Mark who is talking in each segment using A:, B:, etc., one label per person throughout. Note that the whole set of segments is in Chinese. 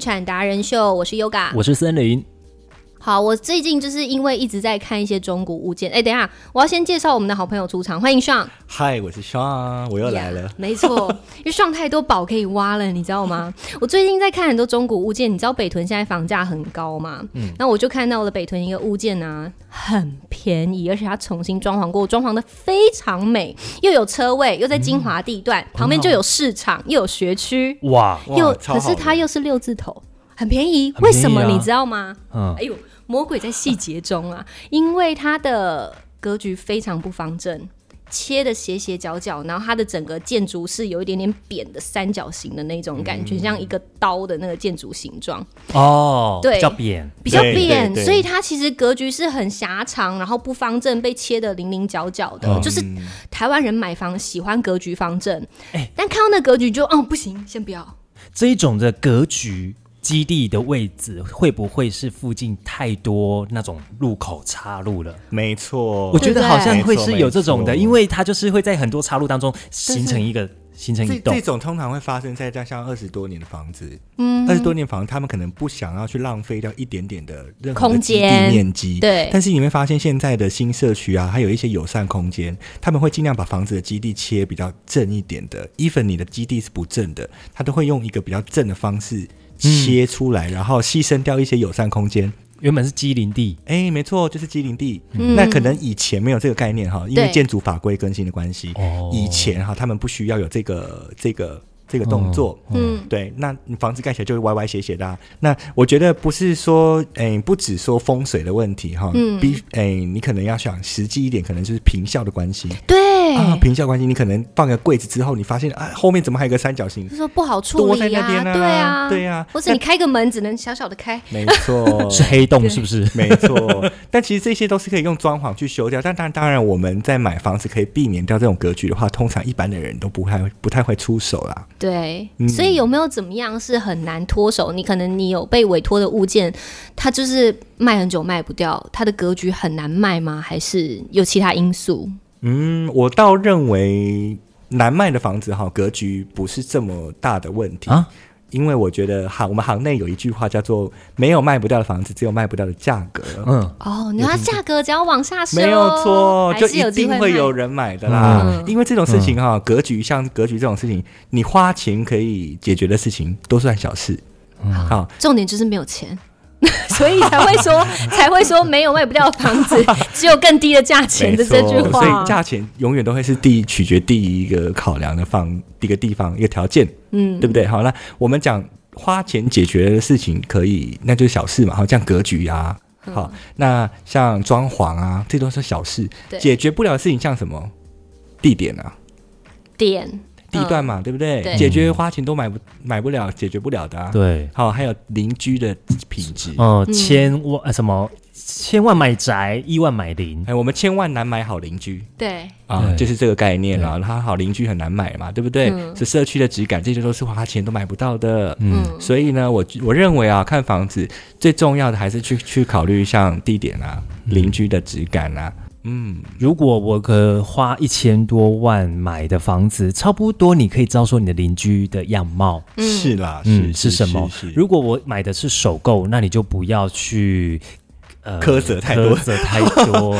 A: 产达人秀，我是 Yoga，
B: 我是森林。
A: 好，我最近就是因为一直在看一些中古物件。哎、等一下，我要先介绍我们的好朋友出场，欢迎上。
B: 嗨，我是 Sean，我又来了。
A: Yeah，没 错，因为上太多宝可以挖了，你知道吗？我最近在看很多中古物件，你知道北屯现在房价很高嘛？嗯，那我就看到了北屯一个物件啊，很便宜，而且它重新装潢过，装潢的非常美，又有车位，又在
B: 嗯
A: 精华地段，旁边就有市场，又有学区，
B: 哇，
C: 哇
A: 又
C: 超
A: 可
C: 好
A: 是
C: 的
A: 它又是六字头，很便宜，
B: 很
A: 为
B: 便宜
A: 什么
B: 啊
A: 你知道吗？
B: 嗯，
A: 哎呦，魔鬼在细节中啊！ 因为它的格局非常不方正，切的斜斜角角，然后它的整个建筑是有一点点扁的三角形的那种感
C: 嗯
A: 觉，像一个刀的那个建筑形状，
B: 哦，
A: 对
B: 比较扁，
A: 比较
C: 对
A: 扁，
C: 对对
A: 所以它其实格局是很狭长，然后不方正，被切的零零角角
C: 嗯
A: 的，就是台湾人买房喜欢格局方正，
B: 哎
A: 但看到那格局就，哦，不行，先不要。
B: 这一种的格局。基地的位置会不会是附近太多那种路口岔路了？
C: 没错，
B: 我
A: 对
B: 觉得
A: 不对
B: 好像会
C: 没错
B: 是有这种的，
C: 没错
B: 因为它就是会在很多岔路当中形成一个形成一
C: 这
B: 栋
C: 这，种通常会发生在在像二十多年的房子，嗯，二十多年房，他们可能不想要去浪费掉一点点的任何的
A: 空
C: 基地
A: 间
C: 面积，
A: 对
C: 但是你会发现现在的新社区啊，它有一些友善空间，他们会尽量把房子的基地切比较正一点的，even 你的基地是不正的，他都会用一个比较正的方式切出来，然后牺牲掉一些友善空间。
B: 原本是机林地，
C: 哎，没错，就是机林地。那可能以前没有这个概念哈，因为
A: 对
C: 建筑法规更新的关系
B: 哦，
C: 以前哈他们不需要有这个这个这个动作。
A: 嗯，
C: 对，那你房子盖起来就会歪歪斜斜的、啊。那我觉得不是说，哎，不只说风水的问题哈，
A: 嗯
C: 比哎，你可能要想实际一点，可能就是平效的关系
A: 对，
C: 啊，平效关系，你可能放个柜子之后，你发现啊，后面怎么还有个三角形
A: 就？说不好处
C: 多在
A: 理
C: 那
A: 呀、
C: 边啊
A: 对啊，
C: 对啊
A: 或者你开个门只能小小的开，
C: 没 错，
B: 是黑洞是不是？
C: 没错，但其实这些都是可以用装潢去修掉。但当当然，我们在买房子可以避免掉这种格局的话，通常一般的人都不太不太会出手啦。
A: 对，啊所以有没有怎么样是很难脱手？你可能你有被委托的物件，它就是卖很久卖不掉，它的格局很难卖吗？还是有其他因素？
C: 嗯，我倒认为难卖的房子哈，格局不是这么大的问题
B: 啊
C: 因为我觉得行我们行内有一句话叫做“没有卖不掉的房子，只有卖不掉的价格”
B: 嗯，
A: 哦，你它价格只要往下修，
C: 没有错，
A: 哦还
C: 就是一
A: 机
C: 定
A: 会
C: 会
A: 卖
C: 有人买的啦。
A: 嗯
C: 因为这种事情哈、格局像格局这种事情，你花钱可以解决的事情都算小事。好，
A: 重点就是没有钱。 所以才会说，才会说没有卖不掉的房 子，只有更低的价钱
C: 没
A: 的
C: 错，
A: 这句话。
C: 所以价钱永远都会是第一取决第一个考量的方一个地方一个条件，
A: 嗯，
C: 对不对？好，那我们讲花钱解决的事情可以，那就是小事嘛，好，像格局啊。
A: 嗯
C: 好，那像装潢啊，这都是小事
A: 对，
C: 解决不了的事情，像什么地点啊，
A: 点
C: 地段嘛，对不对？
A: 对
C: 解决花钱都买不买不了，解决不了的、啊。，
B: 对，
C: 好，还有邻居的品质。
A: 嗯
B: 哦，千万呃什么千万买宅，亿万买零，
C: 哎，我们千万难买好邻居
A: 对，
C: 啊
B: 对，
C: 就是这个概念啦。他好邻居很难买嘛，对不对？
A: 嗯
C: 是社区的质感，这些都是花钱都买不到的。
A: 嗯，
C: 所以呢，我我认为啊，看房子最重要的还是去去考虑像地点啊、
B: 嗯
C: 邻居的质感啊。嗯，
B: 如果我可花一千多万买的房子，差不多你可以照说你的邻居的样貌，
C: 是啦，
B: 嗯，是什么？
C: 如
B: 如果我买的是首购，那你就不要去呃
C: 苛责太多
B: 苛责太 多，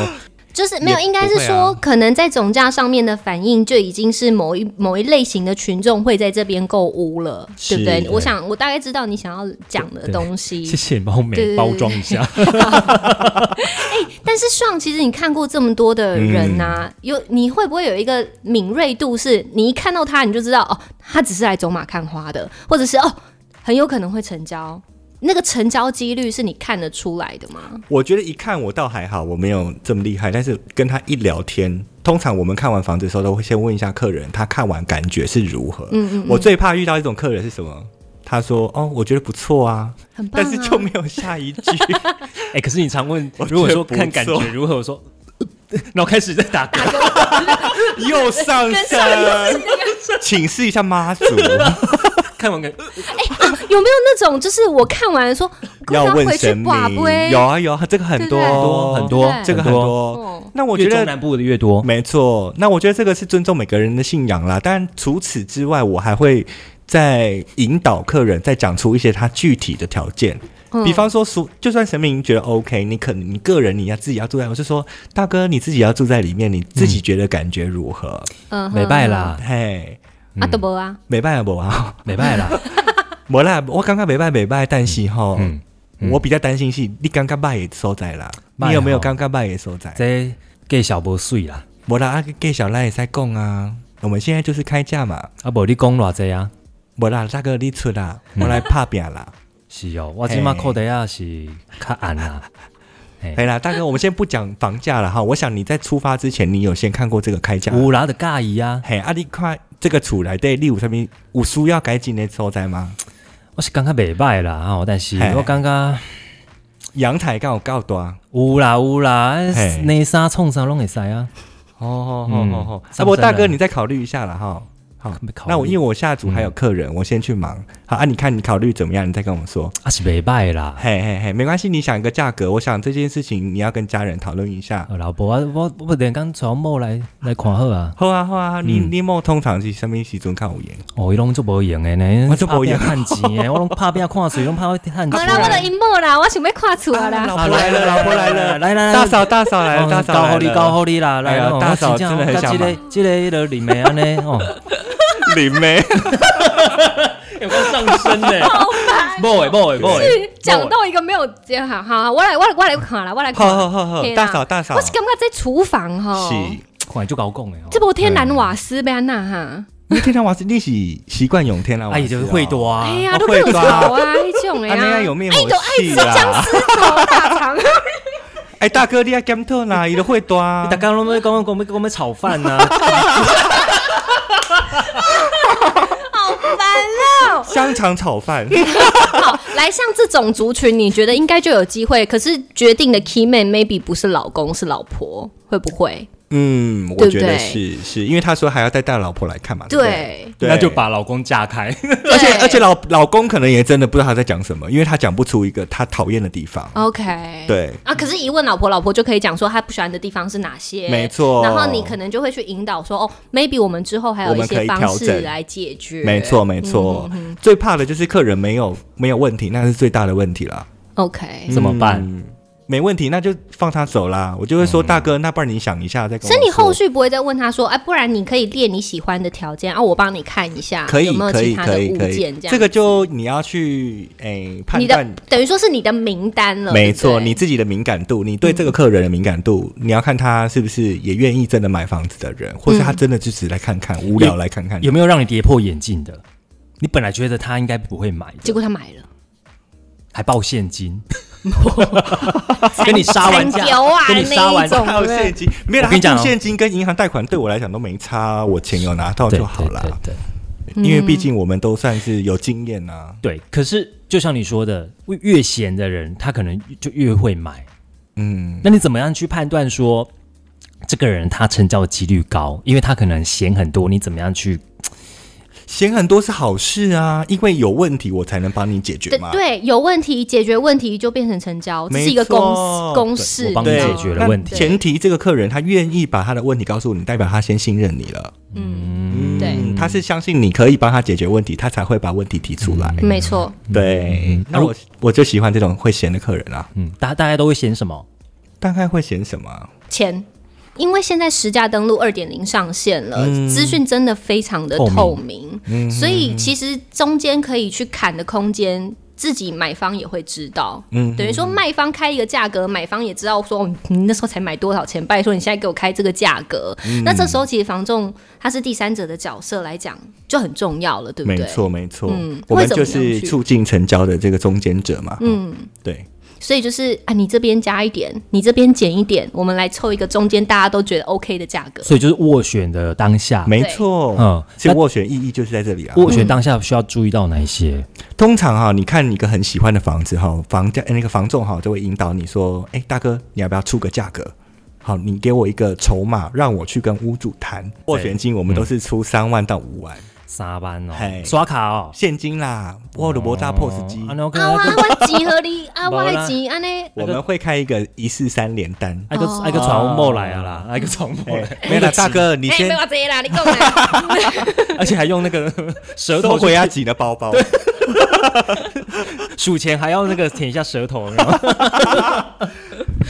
A: 就是没有，
C: 也
A: 应该是
C: 不会啊
A: 说，可能在总价上面的反应就已经是某一某一类型的群众会在这边购物了，对不
C: 是
A: 对？
C: 对
A: 我想我大概知道你想要讲的
B: 对
A: 东西。
B: 谢谢你帮我
A: 对对
B: 美
A: 对
B: 包装一 下。
A: 但是上，其实你看过这么多的人呐、
C: 嗯
A: 有你会不会有一个敏锐度是，你一看到他你就知道哦，他只是来走马看花的，或者是哦，很有可能会成交。那个成交几率是你看得出来的吗？
C: 我觉得一看我倒还好，我没有这么厉害，但是跟他一聊天，通常我们看完房子的时候都会先问一下客人，他看完感觉是如何。
A: 嗯嗯嗯
C: 我最怕遇到一种客人是什么？他说：“哦，我觉得不错啊，
A: 很棒、啊，
C: 但是就没有下一句。
B: 哎、可是你常问，
C: 我觉得
B: 如果说
C: 不
B: 看感觉
C: 错
B: 如何，我说， 呃然后开始在打嗝。
C: 又上升，请示一 下妈祖。
B: 看完感，
A: 有没有那种就是我看完说
C: 要
A: 常
C: 问
A: 回去
C: 神明
A: 拔杯，
C: 有啊有啊，这个很多
A: 对不对
B: 多哦很多
A: 对
C: 这个很多。
A: 哦，
C: 那我
B: 越
C: 觉
B: 中
C: 得
B: 南部的越多，
C: 没错，那我觉得这个是尊重每个人的信仰啦。但除此之外，我还会在引导客人再讲出一些他具体的条件，
A: 嗯
C: 比方说，属就算神明觉得 OK，你可能你个人你要自己要住在，我是说，大哥你自己要住在里面，你自己觉得感觉如何？
A: 嗯哼
B: 美拜啦，
C: 嘿，
A: 啊都无啊，
C: 没办法不啊，
B: 美拜啦，
C: 没啦，我刚刚没办没办，但是吼，
B: 嗯嗯
C: 我比较担心是你刚刚卖的所在啦，
B: 卖
C: 你有没有
B: 吼
C: 刚刚卖的所在？
B: 这给小波碎啦，
C: 没啦，啊，给小赖在供啊，我们现在就是开价嘛，
B: 啊无你讲偌济啊？
C: 没啦，大哥你出啦，
B: 嗯
C: 我来拍拼 啦，
B: 是哦，我即马
C: 嘿
B: 靠底啊是较啊暗 啦，嘿
C: 哎啦，大哥，我们先不讲房价了哈，我想你在出发之前，你有先看过这个开价吗？
B: 有啦的介意啊，
C: 嘿，啊，你看这个厝内底，你有啥物有需要改进的所在吗？
B: 我是感觉袂歹啦吼，但是
C: 嘿
B: 我感觉
C: 阳台敢有够大？
B: 有啦有啦，
C: 嘿
B: 内衫创啥拢会使啊，
C: 哦哦
B: 哦哦哦
C: 啊
B: 上
C: 不，
B: 山
C: 大
B: 了
C: 哥，你再考虑一下啦哈。好
B: 考，虑嗯
C: 那我因为我下组还有客人，我先去忙。好啊，你看你考虑怎么样，你再跟我 说。
B: 啊是袂歹啦。
C: 嘿嘿嘿，没关系，你想一个价格，我想这件事情你要跟家人讨论一下。
B: 啊，老婆，我我我连刚从某来来看好啊，
C: 好啊好啊，你
B: 嗯
C: 你某通常是什么时阵看有闲？
B: 哦，伊拢做无用的呢，
C: 哦我足无用
B: 打拼趁钱的，我拢拍拼看水，拢拍趁
C: 嗯
A: 无
B: 钱。
A: 啦，我的音幕啦，我想要看厝啊
C: 啊
A: 啦，
C: 老婆来了，老婆来了，
B: 啊来来来，
C: 大嫂大嫂来了，
B: 嗯哦
C: 大嫂
B: 高
C: 来
B: 好你
C: 了，
B: 高好你啦，来
C: 哎呀
B: 哦
C: 大
B: 我
C: 嫂
B: 真
C: 真的很想
B: 这
C: 买
B: 个这个的里面安尼哦，
C: 林 妹，
B: 有个欸上 身呢，
A: 哦
B: 某诶某诶某诶，
A: 讲到一个没有接好，好，好我来我来我来看啦，我来看
C: 好好好好
A: 嘿，啦
C: 大嫂大嫂
A: 我，是感觉在厨房吼，
B: 哦
C: 是。
B: 看就搞讲诶，哦
A: 这部天然瓦斯要安那哈，
C: 你天然瓦斯，你是习惯用天然瓦
B: 啊
C: 斯、
B: 伊就是会。多啊
A: 哎，呀，
C: 我
A: 都
C: 会
A: 有
C: 抓
A: 草啊，迄种的
C: 啊，那
A: 啊，
C: 有灭
A: 哎
C: 火
A: 就爱
C: 器
A: 吃僵
C: 啦！
A: 尸头大肠，
C: 哎，大哥，你要检 讨啦，伊就会多啊
B: 你大。家拢要讲讲要讲要炒饭啊呐，
A: 好烦哦。
C: 香肠炒 饭，
A: 好，来像这种族群，你觉得应该就有机会，可是决定的 key man maybe 不是老公，是老婆，会不会？
C: 嗯，
A: 对
C: 我
A: 不
C: 觉得
A: 对
C: 是是，因为他说还要再带老婆来看嘛，对不对？
A: 对，
C: 对
B: 那就，把老公架开，
C: 而且
A: 对
C: 而且老老公可能也真的不知道他在讲什么，因为他讲不出一个他讨厌的地方。
A: 哦 OK，。
C: 对，
A: 啊，可是，一问老婆，老婆就可以讲说她不喜欢的地方是哪些，
C: 没错
A: 然后你可能就会去引导说，哦，maybe 我们之后还有
C: 我
A: 一
C: 们可
A: 些
C: 以
A: 方
C: 调
A: 式
C: 整
A: 来解决。
C: 没错没错。
A: 嗯
C: 最怕的就是客人没有没有问题，那是最大的问题啦。
A: ，OK。
B: 怎么办？
C: 嗯？没问题，那就放他走啦。我就会说，大哥，那不然你想一下再跟我
A: 所以
C: 说。
A: 你后续不会再问他说，哎、不然你可以列你喜欢的条件啊，我帮你看一下
C: 可以
A: 啊有没有
C: 可
A: 其
C: 以
A: 他
C: 可
A: 的
C: 以
A: 物
C: 可以
A: 件，这样。
C: 这个就你要去诶、判
A: 你的
C: 断，
A: 等于说是你的名单了，
C: 没错，
A: 对不对
C: 你自己的敏感度，你对这个客人的敏感度，你要看他是不是也愿意真的买房子的人，或是
A: 嗯
C: 他真的就只是来看看，无聊来看看。
B: 有没有让你跌破眼镜的？你本来觉得他应该不会买
A: 结
B: 的，
A: 果他买了，
B: 还报 现金，跟你杀完价
A: 惨丢啊，
B: 跟你杀
A: 那
B: 完
A: 一种
C: 还有现金，没有啦，
B: 我跟你讲哦
C: 他付现金跟银行贷款对我来讲都没差，我钱有拿到
B: 对
C: 就好啦。
B: 对对对。
C: 因为毕竟我们都算是有经验啊呐、
B: 对，可是就像你说的，越越闲的人，他可能就越会买。
C: 嗯，
B: 那你怎么样去判断说这个人他成交的几率高？因为他可能闲很多，你怎么样去？
C: 嫌很多是好事啊，因为有问题我才能帮你解决
A: 对
C: 嘛。
A: 对，有问题解决问题就变成成交，这
C: 没
A: 是一个公
C: 错
A: 公
B: 对
A: 式，
B: 我帮你
A: 你知
B: 解
A: 道
B: 决
A: 吗
B: 了问题
A: 对
C: 前提这个客人他愿意把他的问题告诉你，代表他先信任你了。
A: 嗯，
B: 嗯，
A: 对
C: 嗯，他是相信你可以帮他解决问题，他才会把问题提出来。
A: 没错，
C: 对，
B: 嗯
C: 那我我就喜欢这种会闲的客人啊。
B: 嗯，大大家都会嫌什么？
C: 大概会闲什么啊？
A: 钱，因为现在实价登录二点零上线了，
C: 嗯
A: 资讯真的非常的透
B: 透
A: 明，所以其实中间可以去砍的空间。自己买方也会知道，
C: 嗯
A: 等于说卖方开一个价格，买方也知道说哦你那时候才买多少钱，拜托你现在给我开这个价格。
C: 嗯
A: 那这时候其实房仲他是第三者的角色来讲就很重要了，对不
C: 没
A: 对？
C: 错，没错，
A: 嗯
C: 我们
A: 会怎么
C: 就
A: 样
C: 是
A: 去
C: 促进成交的这个中间者嘛。嗯，对，
A: 所以就是啊，你这边加一点，你这边减一点，我们来凑一个中间大家都觉得 OK 的价格。
B: 所以就是斡旋的当下，
C: 没错。
B: 嗯
C: 其
B: 那
C: 实斡旋意义就是在这里啊。
B: 斡旋当下需要注意到哪一
C: 嗯
B: 些？
C: 通常哈、你看一个很喜欢的房子哈、房价、呃那个房仲哈、就会引导你说，哎，大哥，你要不要出个价格？好，你
B: 嗯
C: 给我一个筹码，让我去跟屋主谈斡旋金，我们都是出三万到五万。
B: 三班哦
C: 嘿，
B: 刷卡哦，
C: 现金啦，我的摩大 POS 机，
B: 啊，那
A: 啊，我
B: 个
A: 我集合 你啊，我
B: 没啦
A: 还集安尼，
C: 我们会开一个一四三连单。
B: 那个
A: 哦
B: 那个船木来啊啦，那个船木
C: 哎
B: 来，
C: 没有啦，大哥，你
A: 哎，
C: 先
A: 没有这啦，你讲 啦，
B: 而且还用那个舌
C: 收
B: 头
C: 回啊
B: 去
C: 阿吉的包包。
B: 数钱，还要那个舔一下舌头， 然后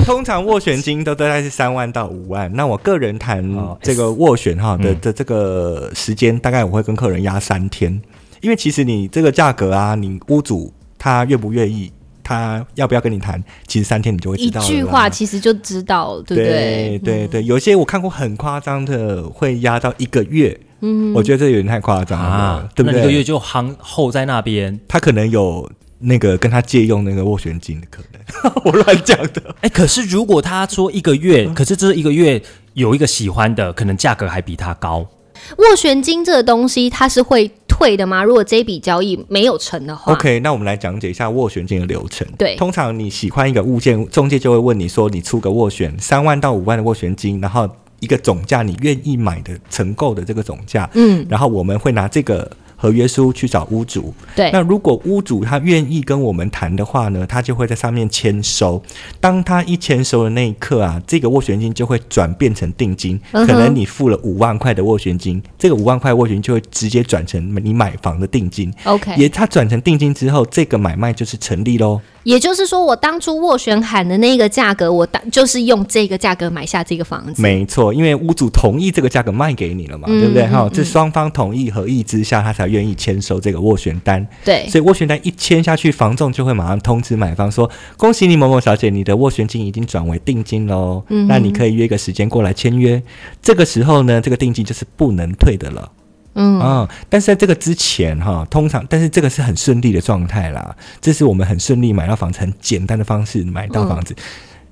C: 通常斡旋金都大概是三万到五万。那我个人谈
B: 哦
C: 这个斡旋哈的
B: 嗯
C: 的这个时间，大概我会跟客人压三天，因为其实你这个价格啊，你屋主他愿不愿意，他要不要跟你谈，其实三天你就会知
A: 一
C: 道了啦。
A: 句话其实就知道了，对嗯不
C: 对对对，有些我看过很夸张的，会压到一个月，
A: 嗯，啊
C: 我觉得这有点太夸张了，啊对不
B: 那一个月
C: 对？
B: 就夯候在那边。
C: 他可能有那个跟他借用那个斡旋金的可能， 我乱讲的。
B: 哎，可是如果他说一个月，可是这一个月有一个喜欢的，可能价格还比他高，
A: 斡旋金这个东西它是会退的吗？如果这笔交易没有成的话
C: OK，那我们来讲解一下斡旋金的流程。
A: 对
C: 通常你喜欢一个物件，中介就会问你说，你出个斡旋三万到五万的斡旋金，然后一个总价你愿意买的成购的这个总价，
A: 嗯，
C: 然后我们会拿这个合约书去找屋主。
A: 对，
C: 那如果屋主他愿意跟我们谈的话呢，他就会在上面签收。当他一签收的那一刻啊，这个斡旋金就会转变成定金。
A: 嗯哼
C: 可能你付了五万块的斡旋金，这个五万块斡旋就会直接转成你买房的定金。
A: OK，
C: 也它转成定金之后，这个买卖就是成立喽。
A: 也就是说，我当初斡旋喊的那个价格，我当就是用这个价格买下这个房子。
C: 没错，因为屋主同意这个价格卖给你了嘛，
A: 嗯
C: 对不对？
A: 嗯
C: 哈、
A: 嗯
C: 这双方同意合意之下，他才愿意签收这个斡旋单。
A: 对，
C: 所以斡旋单一签下去，房仲就会马上通知买方说：“恭喜你某某小姐，你的斡旋金已经转为定金喽，
A: 嗯
C: 那你可以约个时间过来签约。”这个时候呢，这个定金就是不能退的了。
A: 嗯，
C: 啊、但是在这个之前哈，通常，但是这个是很顺利的状态啦，这是我们很顺利买到房子，很简单的方式买到房
A: 嗯
C: 子。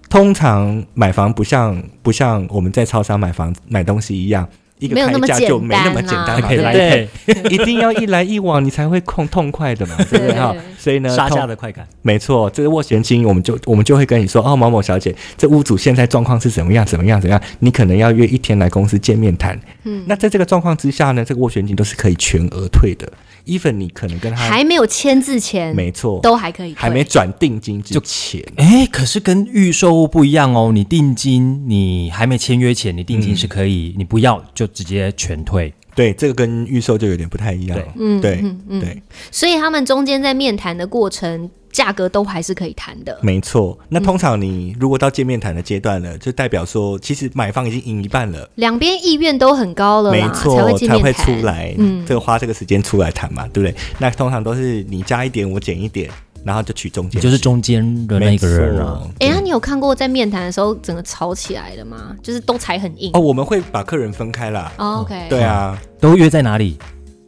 C: 通常买房不像不像我们在超商买房买东西一样，一个
A: 没有那
C: 开
A: 么
C: 价
A: 简
C: 就没那么
A: 单啊
C: 简
A: 啦
C: 单
B: 还
C: 嘛，
B: 可以
C: 对
B: 来
C: 不
B: 一
C: 对？
B: 配
C: 一定要一来一往，你才会痛痛快 的嘛，对不对哈
A: 对？
C: 所以呢，
B: 杀
C: 通
B: 价的快感。
C: 没错，这个斡旋金，我们就我们就会跟你说哦，某某小姐，这屋主现在状况是怎么样，怎么样，怎么样？你可能要约一天来公司见面谈。嗯，那在这个状况之下呢，这个斡旋金都是可以全额退的，even 你可能跟他
A: 还没有签字前，
C: 没错，
A: 都还可以退，
C: 还没转定金之前，
B: 哎，可是跟预售屋不一样哦，你定金，你还没签约前，你定金是可以，你不要就直接全退。
C: 对这个跟预售就有点不太一样
B: 对。
A: 嗯
C: 对
A: 嗯嗯
C: 对，
A: 所以他们中间在面谈的过程，价格都还是可以谈的。
C: 没错。那通常你如果到见面谈的阶段了，就代表说，其实买方已经赢一半了。
A: 两边意愿都很高了啦，
C: 没
A: 才
C: 错
A: 会，见
C: 才
A: 面
C: 会
A: 谈
C: 出来，
A: 嗯
C: 这个花这个时间出来谈嘛，对不对？那通常都是你加一点，我减一点，然后就取中
B: 你
C: 间值，
B: 就是中间的那个人啊。
C: 没错
A: 哎、那、你有看过在面谈的时候整个吵起来的吗？就是都踩很硬。
C: 哦，我们会把客人分开啦，
A: 哦 OK，
C: 对啊，
B: 都约在哪里？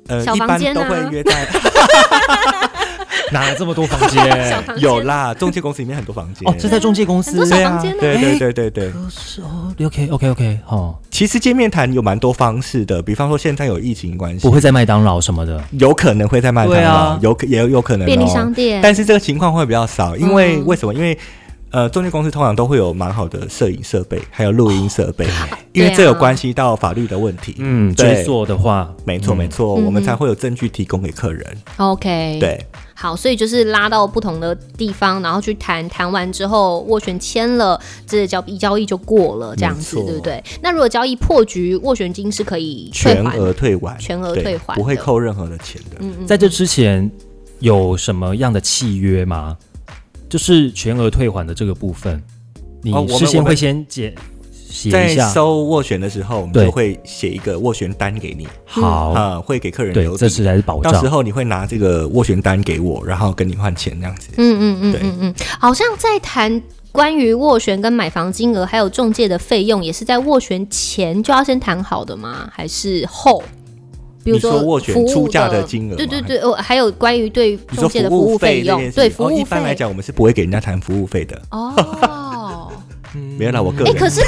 C: 呃，
A: 小
C: 一
A: 房
C: 般
A: 间
C: 都
A: 啊
C: 会约哎在
B: 哪来这么多房
A: 小
B: 间？
A: 房间
C: 有啦，中介公司里面很多房间
B: 哦，，是在中介公
A: 很多
B: 司
A: 小。
C: 对
A: 房
C: 啊，
A: 间呢、
C: 对对对对对。
B: OK OK OK，哦，
C: 其实见面谈有蛮多方式的，比方说现在有疫情关系
B: 不，会在麦当劳什么的。
C: 有可能会在麦当
B: 对
C: 劳
B: 啊，
C: 有可也有可能哦
A: 便利商店
C: 但是这个情况会比较少，因为
A: 嗯
C: 为什么？因为呃，中介公司通常都会有蛮好的摄影设备，还有录音设备，
A: 啊
C: 因为这有关系到法律的问题。
B: 嗯，
C: 对
B: 追溯的话，
C: 没错没错，
A: 嗯
C: 我们才会有证据提供给客人。
A: OK，，
C: 对，
A: 好，所以就是拉到不同的地方，然后去谈，谈完之后斡旋签了，这交易交易就过了，这样子
C: 没错
A: 对不对？那如果交易破局，斡旋金是可以退
C: 全
A: 还嗯
C: 额
A: 的。
C: 退还，
A: 全额
C: 对
A: 退还
C: 不会
A: 的
C: 扣任何的钱的。
B: 在这之前有什么样的契约吗？就是全额退还的这个部分，你
C: 哦我们
B: 事先
C: 我们
B: 会先解写
C: 在
B: 一下。
C: 收斡旋的时候，我们
B: 对
C: 就会写一个斡旋单给你，
B: 好，
C: 啊，会给客人
B: 对
C: 留，
B: 这
C: 底。
B: 次才是保
C: 到时
B: 障。
C: 候你会拿这个斡旋单给我，然后跟你换钱这样子。
A: 嗯嗯嗯
C: 对
A: 嗯嗯，好像在谈关于斡旋跟买房金额还有中介的费用，也是在斡旋前就要先谈好的吗？还是后？比如
C: 你说斡旋
A: 服务
C: 出价的金额吗
A: 对对对，哦，还有关于对
C: 你说
A: 中介的
C: 务
A: 务费
C: 这
A: 用
C: 件，事
A: 对
C: 情
A: 服务
C: 哦，
A: 费。
C: 一般来讲我们是不会给人家谈服务费的。
A: 哦，
B: 嗯
C: 没有啦，我个
A: 哎、
C: 人，
A: 可是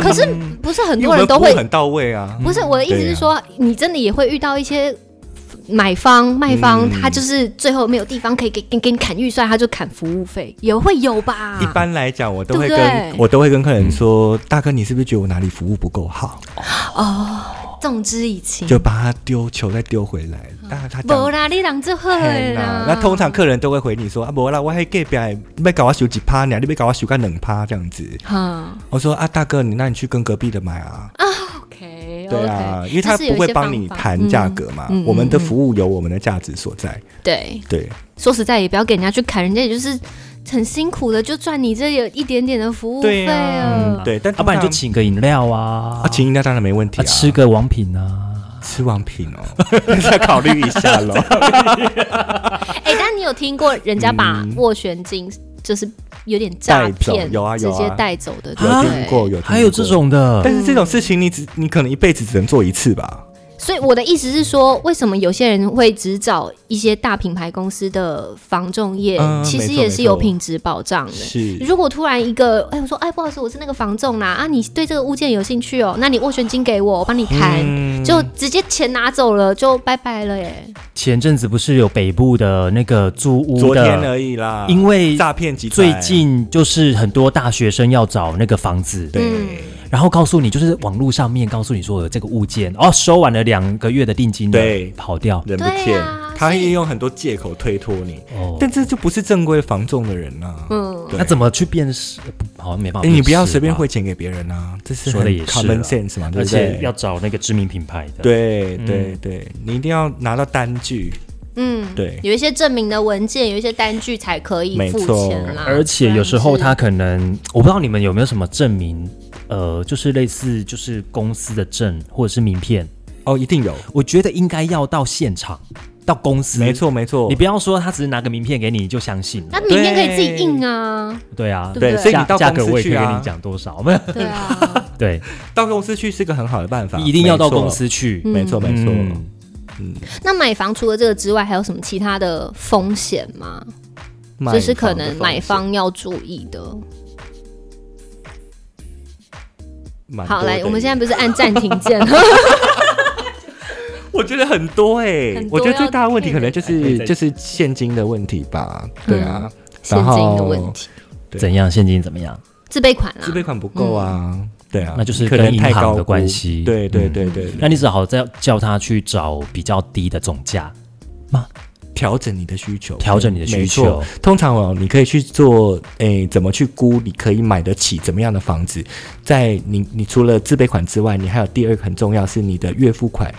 A: 可是不是很
C: 嗯因为
A: 多
C: 我
A: 人
C: 们
A: 都
C: 服务
A: 会，嗯
C: 很到位啊。
A: 不是我的意思
C: 对
A: 是
C: 啊
A: 说，你真的也会遇到一些买方卖方，
C: 嗯
A: 他就是最后没有地方可以给给给你砍预算，他就砍服务费，也会有吧？
C: 一般来讲，我都会
A: 对不对
C: 跟我都会跟客人说，大哥，你是不是觉得我哪里服务不够好？
A: 哦，动之以情。
C: 就把它丢球再丢回来，但是他这
A: 不
C: 样。
A: 嗯啦，你人就会
C: 嘿
A: 啦
C: 啦。那通常客人都会回你说啊，没啦，我还隔壁的，你别搞我修几趴呢，你别搞我修个冷趴这样子。
A: 哈
C: 我说啊，大哥，你那你去跟隔壁的买啊，
A: ，OK，
C: 对啊，因为他不会帮你谈价格嘛。
A: 嗯嗯嗯
C: 我们的服务有我们的价值所在，
A: 对，
C: 对，
B: 啊
A: 说实在也不要给人家去砍，人家也就是很辛苦的，就赚你这有一点点的服务费
B: 对啊
A: 了。
C: 对。但
B: 要不然你就
C: 通常
B: 请个饮料啊，
C: 啊，请饮料当然没问题
B: 啊
C: 啊，
B: 吃个王品啊，
C: 吃完品哦， 再考虑一下喽。
A: 哎、但你有听过人家把斡旋金就是有点诈骗，
C: 嗯带走有啊有啊
A: 直接带走的，对
C: 有啊
A: 不对
C: 听过，有听
B: 还有这
C: 过。
B: 种的，
C: 但是这种事情，你只你可能一辈子只能做一次吧。
A: 所以我的意思是说，为什么有些人会只找一些大品牌公司的防重业，
C: 嗯
A: 其
C: 没
A: 实
C: 错
A: 也
C: 没
A: 是
C: 错
A: 有品质保障的。
C: 是
A: 如果突然一个，哎，我说，哎，不好意思，我是那个房仲啦，啊，你对这个物件有兴趣哦，那你斡旋金给我，我帮你谈，
C: 嗯
A: 就直接钱拿走了，就拜拜了耶。
B: 前阵子不是有北部的那个租屋的，
C: 昨天而已啦，
B: 因为
C: 诈骗集团
B: 最近就是很多大学生要找那个房子，
C: 对
B: 然后告诉你就是网络上面告诉你说有这个物件，哦，收完了两个月的定金了，
C: 对
B: 跑掉，
C: 人不
A: 对
C: 见
A: 啊，
C: 他
A: 所以
C: 也用很多借口推脱你，
B: 哦，
C: 但这就不是正规防重的人啊。
A: 嗯，
C: 对
B: 那怎么去辨识？不好像没办法
C: 哎，
B: 辨识吧，
C: 你不要随便汇钱给别人啊，这是
B: 啊说的
C: 很
B: 也是
C: common
B: 啦
C: sense 嘛，对
B: 而
C: 不
B: 且
C: 对？
B: 要嗯找那个知名品牌的，，
C: 对对对，你一定要拿到单据，
A: 嗯，
C: 对
A: 有一些证明的文件，有一些单据才可以
C: 没
A: 付
C: 错
A: 钱啦。
B: 而且有时候
A: 不然
B: 他
A: 是
B: 可能，我不知道你们有没有什么证明，呃，就是类似就是公司的证或者是名片，
C: 哦，一定有，
B: 我觉得应该要到现场，到公司，
C: 没，错没错
B: 你，不要说他只是拿个名片给你就相信了
A: 那，明天可以自己印啊，
B: 对啊，
A: 对
C: 对，
A: 不对
C: 所以
B: 价
C: 你到
B: 价格
C: 公
B: 我
C: 司
B: 也可以
C: 去
B: 跟
C: 啊
B: 你，讲多 少，没有
A: 对啊，
B: 对，
C: 到公司去是个很好的办法，
B: 一定要到
C: 啊没错
B: 公，司去，
A: 嗯
C: 没错没错，
B: 嗯
A: 那买房除了这个之外，还有什么其他的风险吗？
C: 买
A: 就是可
C: 房的
A: 能
C: 风
A: 买
C: 险
A: 方要注意的。
C: 蛮
A: 好，
C: 多
A: 来，
C: 的
A: 我们
C: 耶
A: 现在不是按暂停键，
C: 我觉得很多哎、
A: 很多
C: 我觉得最大的问题
A: 要
C: 可能就
B: 哎可以
C: 是
B: 再
C: 就是现金的问题吧，对啊，
A: 嗯现金的问题，
C: 对
B: 怎样现金怎么样？
A: 自备款啦
C: 自。备款不够啊，
A: 嗯
C: 对啊，
B: 那就是
C: 可
B: 跟
C: 能
B: 银
C: 太
B: 行
C: 高
B: 的
C: 估
B: 关系
C: 对对
B: 嗯
C: 对对，
B: 那你只好再叫他去找比较低的总价，
C: 调整你的需求，
B: 调整你的需
C: 没
B: 求
C: 错。通常哦，你可以去做，诶、怎么去估你可以买得起怎么样的房子？在你你除了自备款之外，你还有第二个很重要是你的月付款。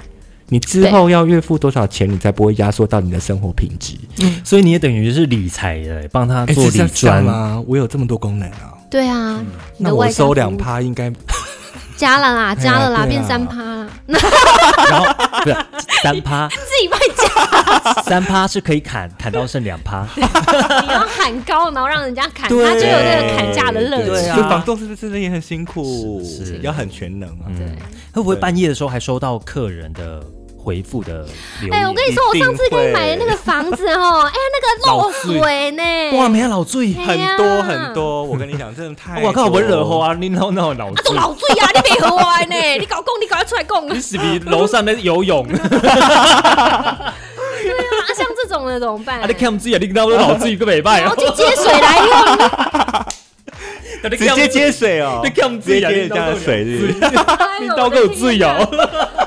C: 你之后要月付多少钱，你才不会压缩到你的生活品质？
B: 所以你也等于是理财的，帮他
C: 诶
B: 做
C: 是哎这
B: 理
C: 样
B: 专。
C: 吗？我有这么多功能啊，
A: 对啊，你
C: 那
A: 的
C: 我
A: 外
C: 收
A: 商
C: 两
A: 服务
C: 趴应该
A: 加了啦，
C: 哎呀
A: 加了啦，
C: 对啊
A: 变三趴啦，
B: 然后不是三 趴，
A: 自己帮你加，
B: 三趴是可以砍砍到剩两趴，
A: 你要喊高，然后让人家砍，他就
C: 对
A: 有这个砍价的乐
B: 对
A: 趣。
B: 啊
C: 就房东是不是真的也很辛苦？
B: 是是
C: 要很全能啊。
A: 对
B: 会不哎会半夜的时候还收到客人的回复的留
A: 哎、
B: 言？
A: 我跟你说，我上次给你买的那个房子哦， 哎、那个漏水呢，
B: 哇，没有老醉，
A: 哎呀
C: 很多很多，我跟你讲，真的太多……
B: 我哎靠，我惹祸啊！你那那老
A: 啊，都
B: 醉，
A: 老醉啊，你别和我玩呢，你搞共，你赶快出来啊共。对
B: 你是比楼上在 游泳，啊，
A: 啊，像这种的怎么办？
B: 啊你看我们自己，你那老醉个礼拜
A: 然，后去接水来用，
B: 直
C: 直接接水哦，
B: 你看我们自己啊
C: 直接接人家的水是不是？
A: 哎
B: 你
A: 呦
B: 刀给我醉哦。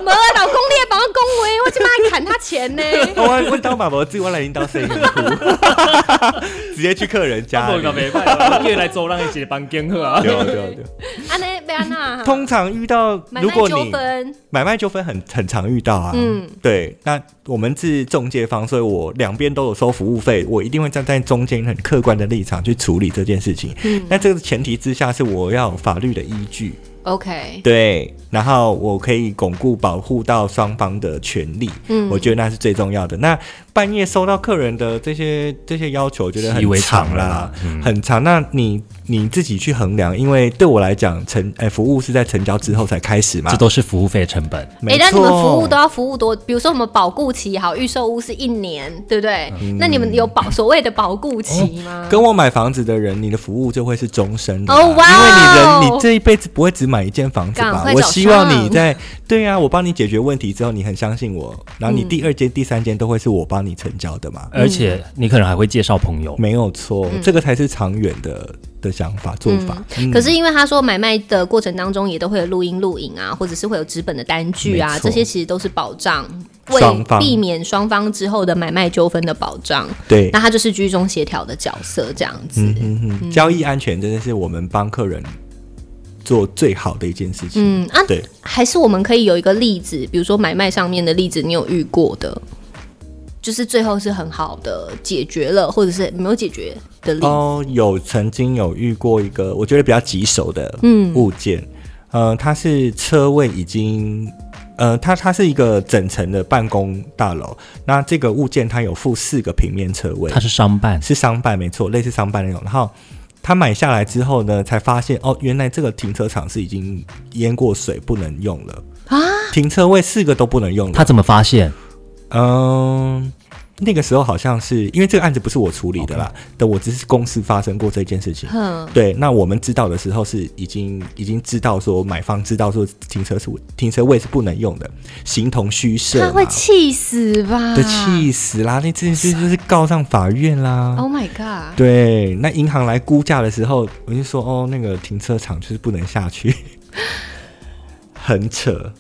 A: 没啊老公你也帮我恭维，我今晚还砍他钱 呢。
C: 我我当马博自己，我来领导水哭， 直接去客人家 里。
B: 袂歹，夜来走让一起房间好 啊。
C: 对对对，
A: 安内贝安娜，
C: 通常遇到
A: 嗯买
C: 如
A: 卖
C: 果
A: 纠
C: 你
A: 纷，
C: 买卖纠纷很很常遇到啊，
A: 嗯
C: 嗯，对。那我们是中介方，所以我两边都有收服务费，我一定会站在中间很客观的立场去处理这件事情。
A: 嗯
C: 那这个前提之下是我要有法律的依据，
A: ，OK，
C: 对，然后我可以巩固保护到双方的权利，
A: 嗯
C: 我觉得那是最重要的。那半夜收到客人的这些这些要求，我觉得
B: 习以
C: 很
B: 为常
C: 长
B: 了
C: 啦
B: 啦，嗯
C: 很长。那你你自己去衡量，因为对我来讲，成呃服务是在成交之后才开始嘛
B: 这，都是服务费的成本，
A: 哎、
C: 没
A: 但你们
C: 错
A: 服务都要服务多，比如说我们保固期也好，预售屋是一年，对不对？
C: 嗯
A: 那你们有保所谓的
C: 哦
A: 保固期吗？
C: 跟我买房子的人，你的服务就会是终身的啦、
A: 哦哇哦
C: 因为你人你这一辈子不会只买一间房子
A: 赶
C: 吧。
A: 快
C: 我
A: 找
C: 希望
A: 上
C: 你在对啊，我帮你解决问题之后，你很相信我，然
A: 嗯
C: 后你第二间、第三间都会是我帮你成交的嘛。
B: 而且你可能还会介绍朋友。
C: 没有错，这个才是长远的的想法做法。嗯
A: 可是因为他说买卖的过程当中也都会有录音、录影啊，或者是会有纸本的单据啊
C: 没，错
A: 这些其实都是保障，为
C: 双方
A: 避免双方之后的买卖纠纷的保障。
C: 对
A: 那，他就是居中协调的角色这样子。
C: 嗯哼哼，交易安全真的是我们帮客人做最好的一件事情。
A: 嗯啊，
C: 对，
A: 还是我们可以有一个例子，比如说买卖上面的例子，你有遇过的，就是最后是很好的解决了，或者是没有解决的例子。
C: 哦，有曾经有遇过一个我觉得比较棘手的嗯物件，呃，它是车位已经。呃，它它是一个整层的办公大楼，那这个物件它有附四个平面车位
B: 他，是商办，
C: 是商办没错，类似商办那种。然后他买下来之后呢，才发现哦，原来这个停车场是已经淹过水，不能用了
A: 啊，
C: 停车位四个都不能用了。
B: 他怎么发现？
C: 嗯，那个时候好像是因为这个案子不是我处理的啦，的我只是公司发生过这件事情。
A: 哼，
C: 对，那我们知道的时候是已经已经知道说买方知道说停车是停车位是不能用的，形同虚设
A: 他
C: 嘛。
A: 会气死吧？
C: 啊对，气死啦！那这件事就是告上法院啦。
A: ！Oh my god！
C: 对，那银行来估价的时候，我就说哦，那个停车场就是不能下去， 很扯，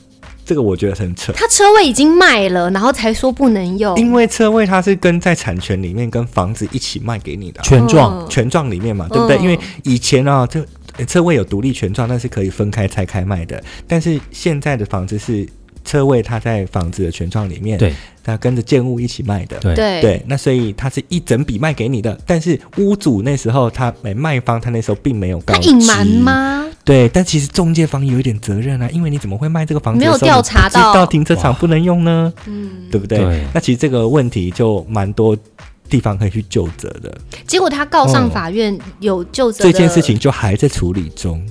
C: 这个我觉得很扯。
A: 他车位已经卖了，然后才说不能用。
C: 因为车位它是跟在产权里面跟房子一起卖给你的啊、
B: 权状，
A: 嗯
C: 权状里面嘛，对不对？
A: 嗯
C: 因为以前啊，这呃车位有独立权状，那是可以分开拆开卖的。但是现在的房子是车位，它在房子的权状里面，
B: 对，
C: 它跟着建物一起卖的。
B: 对
A: 对
C: 对，那所以它是一整笔卖给你的，但是屋主那时候他没卖方，他那时候并没有告
A: 他
C: 知
A: 隐瞒？吗？
C: 对，但其实中介方有一点责任啊，因为你怎么会卖这个房子的
A: 没
C: 时
A: 有
C: 候？
A: 调查
C: 你不知
A: 到
C: 道停车场不能用呢？
A: 嗯，
C: 对不对？
B: 对
C: 那其实这个问题就蛮多地方可以去就责的，
A: 结果他告上法院，有就责
C: 这
A: 的
C: 件事情就还在处理中，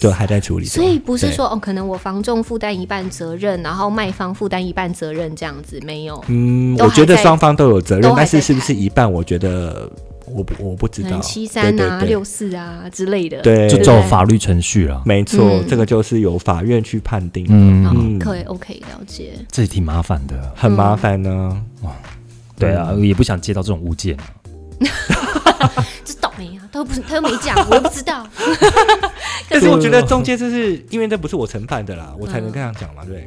C: 对，还在处理中。
A: 所以不是
C: 对
A: 说哦，可能我房仲负担一半责任，然后卖方负担一半责任这样子，没有，
C: 嗯，
A: 都
C: 我觉得
A: 还在
C: 双方都有责任
A: 都，还
C: 但是
A: 在
C: 是不是
A: 谈
C: 一半？我觉得我不我不知
A: 可
C: 道
A: 能。七三啊、
C: 对对
A: 六
C: 对，
A: 四啊之类的，
C: 对
B: 就
A: 不
B: 照法律程序了。
C: 没错，
A: 嗯
C: 这个就是由法院去判定，
A: 好
B: 嗯，
C: 嗯
A: 哦可以 OK 了解。
B: 这挺麻烦的。
C: 很麻烦呢。
B: 对啊，也不想接到这种物件。
A: 这倒霉啊，他又不是他又没讲，我又不知 道。
C: 但是我觉得中介就是因为这不是我承办的啦，我才能这样讲嘛，对。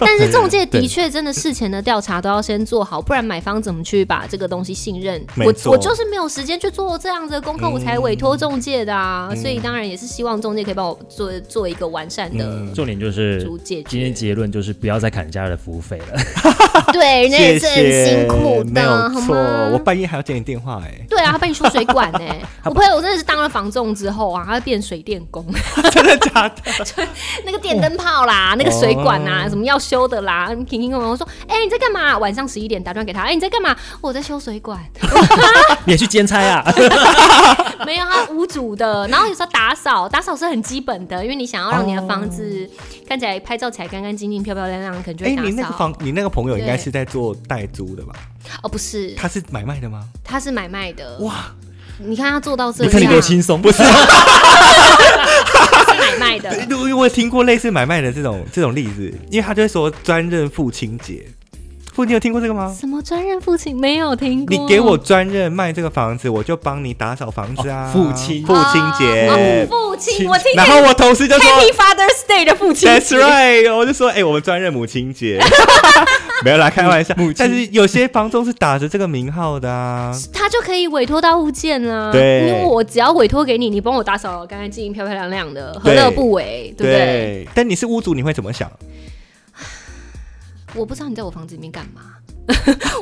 A: 但是中介的
C: 对
A: 确真的事前的调查都要先做好，不然买方怎么去把这个东西信任？
C: 没
A: 我
C: 错嗯
A: 我就是没有时间去做这样子的功课，我才委托中介的啊。所以当然也是希望中介可以帮我做做一个完善的
C: 嗯
B: 重点就是
A: 主解决
B: 今天结论就是不要再砍人家的服务费了。
A: 对，人家也是很辛苦
C: 没
A: 的，好
C: 有错，我
A: 吗？
C: 半夜还要接你电话哎、
A: 对啊，他被你修水管 呢、我朋友真的是当了房仲之后啊，他变水电工，
C: 真的假的？ 哦
A: 那个电灯泡啦，那个水管啊，什么要修的啦，平平空空。我说，哎、你在干嘛？晚上十一点打电话给他，哎、你在干嘛？我在修水管，
B: 你也去兼差啊？
A: 没有他屋主的。然后有时候打扫，打扫是很基本的，因为你想要让你的房子看起来拍照起来干干净净、漂漂亮亮，可能就
C: 哦哎、
A: 会打
C: 你那个
A: 扫。
C: 房，你那个朋友应该
A: 对
C: 是在做代租的吧？
A: 哦，不是，
C: 他是买卖的吗？
A: 他是买卖的。
C: 哇，
A: 你看他做到这
B: 你
A: 样，
B: 看你多轻松，不是？
A: 他是买 卖的。
C: 我我有听过类似买卖的这种这种例子，因为他就会说专任父亲节。父，你有听过这个吗？
A: 什么专任父亲没有听过？
C: 你给我专任卖这个房子，我就帮你打扫房子
B: 哦
C: 啊。
B: 父亲
C: 父亲节
A: 哦，父亲，我听
C: 然后我同事就说
A: Happy Father's Day 的父亲节
C: ，That's right，我就说，哎、我们专任母亲 节。没有啦，开玩笑。但是有些房东是打着这个名号的啊。
A: 他就可以委托到物件啦。
C: 对
A: 因为我只要委托给你，你帮我打扫干干净净、漂漂亮亮的，何
C: 对
A: 乐不为，对不对？
C: 对，但你是屋主，你会怎么想？
A: 我不知道你在我房子里面干 嘛。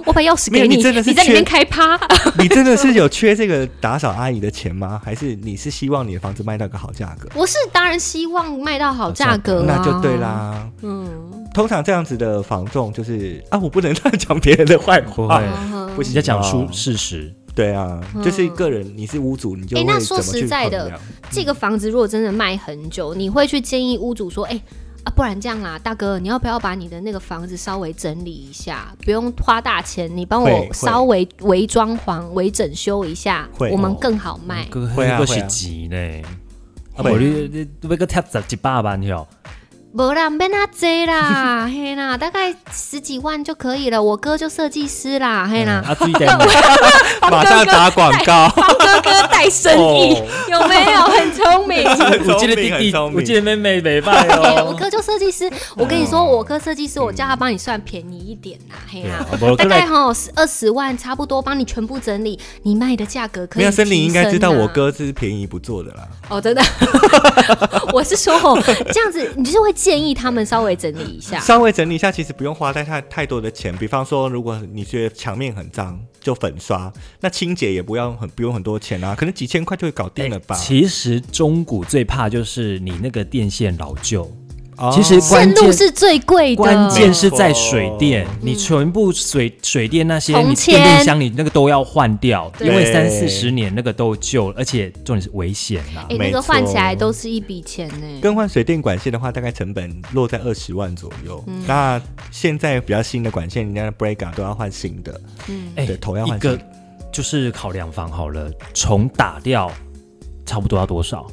A: 我把钥匙
C: 没
A: 给
C: 有
A: 你，
C: 你真的是
A: 在里
C: 缺
A: 面开趴，
C: 你真的是有缺这个打扫阿姨的钱吗？还是你是希望你的房子卖到一个好价格？
A: 我是当然希望卖到好价格、啊，
C: 那就对。啦。
A: 嗯，
C: 通常这样子的房仲就是啊，我不能乱讲别人的坏
B: 不
C: 话
B: 会，，
A: 哎、
C: 不
B: 人
C: 行
B: 家讲
C: 哦
B: 出事实，
C: 对啊，
A: 嗯
C: 就是个人，你是屋主，你就
A: 诶
C: 会
A: 那
C: 怎
A: 说
C: 么去
A: 实在
C: 衡
A: 的
C: 量？
A: 这个房子如果真的卖很久，你会去建议屋主说，哎、啊，不然这样啦，大哥，你要不要把你的那个房子稍微整理一下，不用花大钱，你帮
C: 会
A: 我
C: 会
A: 稍微微装潢、微整修一下
C: 会，
A: 我们更好卖。
B: 哥
C: 会啊
B: 都
C: 会
B: 是
C: 啊
B: 急呢。啊，不你你你要个贴十一百万哟，
A: 不啦，没那多 啦，嘿啦，大概十几万就可以了。我哥就设计师啦，嘿
C: 嗯
A: 啦，
B: 啊，水电马上打广告，
A: 方哥哥带生意，
C: 哦
A: 有没有很聪 明？
B: 我记得弟
C: 很
B: 弟，
C: 聪明
B: 我记得妹妹没办
A: 哎我
B: 哦。
A: 哥就设计师，我跟你
C: 嗯
A: 说，我哥设计师，我叫他帮你算便宜一点啦，嘿啦
B: 对啊
C: 哦
B: 我，
A: 大
B: 哥
A: 概
B: 来
A: 哈十二十万差不多，帮你全部整理，你卖的价格可以。啊
C: 没有啊森林应该知
B: 啊
C: 道我哥是便宜不做的啦。
A: 哦，真的， 我是说哦，这样子你就是会建议他们稍微整理一
B: 啊
A: 下。
C: 稍微整理一下，其实不用花太太太多的钱。比方说，如果你觉得墙面很脏，就粉刷，那清洁也不要很不用很多钱啊，可能几千块就会搞定了吧。
B: 哎其实中古最怕就是你那个电线老旧，
C: 哦
B: 其实关
A: 顺路
B: 键
A: 是最贵的，
B: 关键是在水电，你全部水水电那些，
A: 铜
B: 你
A: 钱
B: 电电箱你那个都要换掉，
A: 对
B: 因为
C: 对
B: 三四十年那个都旧，而且重点是危险啊啦
A: 哎、。
C: 没
A: 那个
C: 错
A: 换起来都是一笔钱呢、
C: 更换水电管线的话，大概成本落在二十万左右。
B: 嗯
C: 那现在比较新的管线，人家的 Brega 都要换新的，
B: 哎
C: 对头要
B: 一
C: 换
B: 个
C: 新
B: 就是考量房好了，重打掉差不多要多少？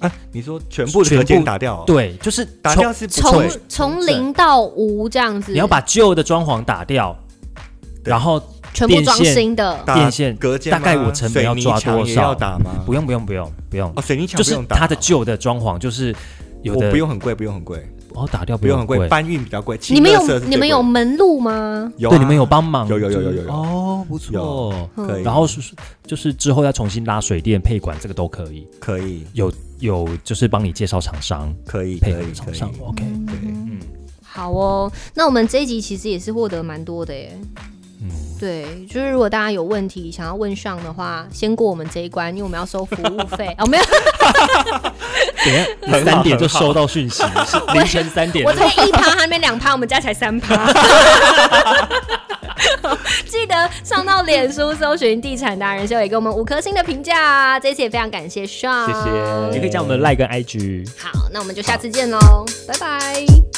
C: 啊。你说全部的
B: 全
C: 隔
B: 部
C: 间打掉、哦？，
B: 对，就是
C: 打
B: 重
C: 掉是不
A: 从
C: 会，
A: 从零到无这样子，
B: 你要把旧的装潢打掉，
C: 对
B: 然后
A: 全部装
B: 电线
A: 新的，
C: 打
B: 电线
C: 隔间
B: 大
C: 吗
B: 概我成本要抓
C: 水泥
B: 多
C: 墙也要
B: 少？
C: 打吗？
B: 不用不用不用不用
C: 哦，，水泥墙
B: 就
C: 不
B: 是
C: 用打哦，
B: 它的旧的装潢就是有
C: 我
B: 的
C: 不用很贵，不用很贵，
B: 哦打掉
C: 不用很贵，搬运比较贵。
A: 你们
C: 清垃圾是
A: 有
C: 最
A: 你们
C: 贵
A: 有门路吗？
C: 有啊
B: 对，你们有帮忙？
C: 有有有有有有
B: 哦，不错。
A: 有
C: 可以
B: 然后是就是之后要重新拉水电配管，这个都可以。
C: 可以
B: 有有就是帮你介绍厂商，
C: 可以
B: 配
C: 可
B: 合
C: 以可
B: 厂
C: 以
B: 商。OK，
C: 对，
A: 好哦，那我们这一集其实也是获得蛮多的耶。对，就是如果大家有问题想要问上的话，先过我们这一关，因为我们要收服务费哦。没有，
B: 等一下三点就收到讯息，是凌晨三点
A: 我。从一趴，他那边两趴，我们加起来三趴。记得上到脸书搜寻“地产达人秀”，也给我们五颗星的评价啊！这次也非常感谢 Sean，
C: 谢谢。
B: 你可以加我们的 Line 跟 IG。
A: 好，那我们就下次见喽，拜拜。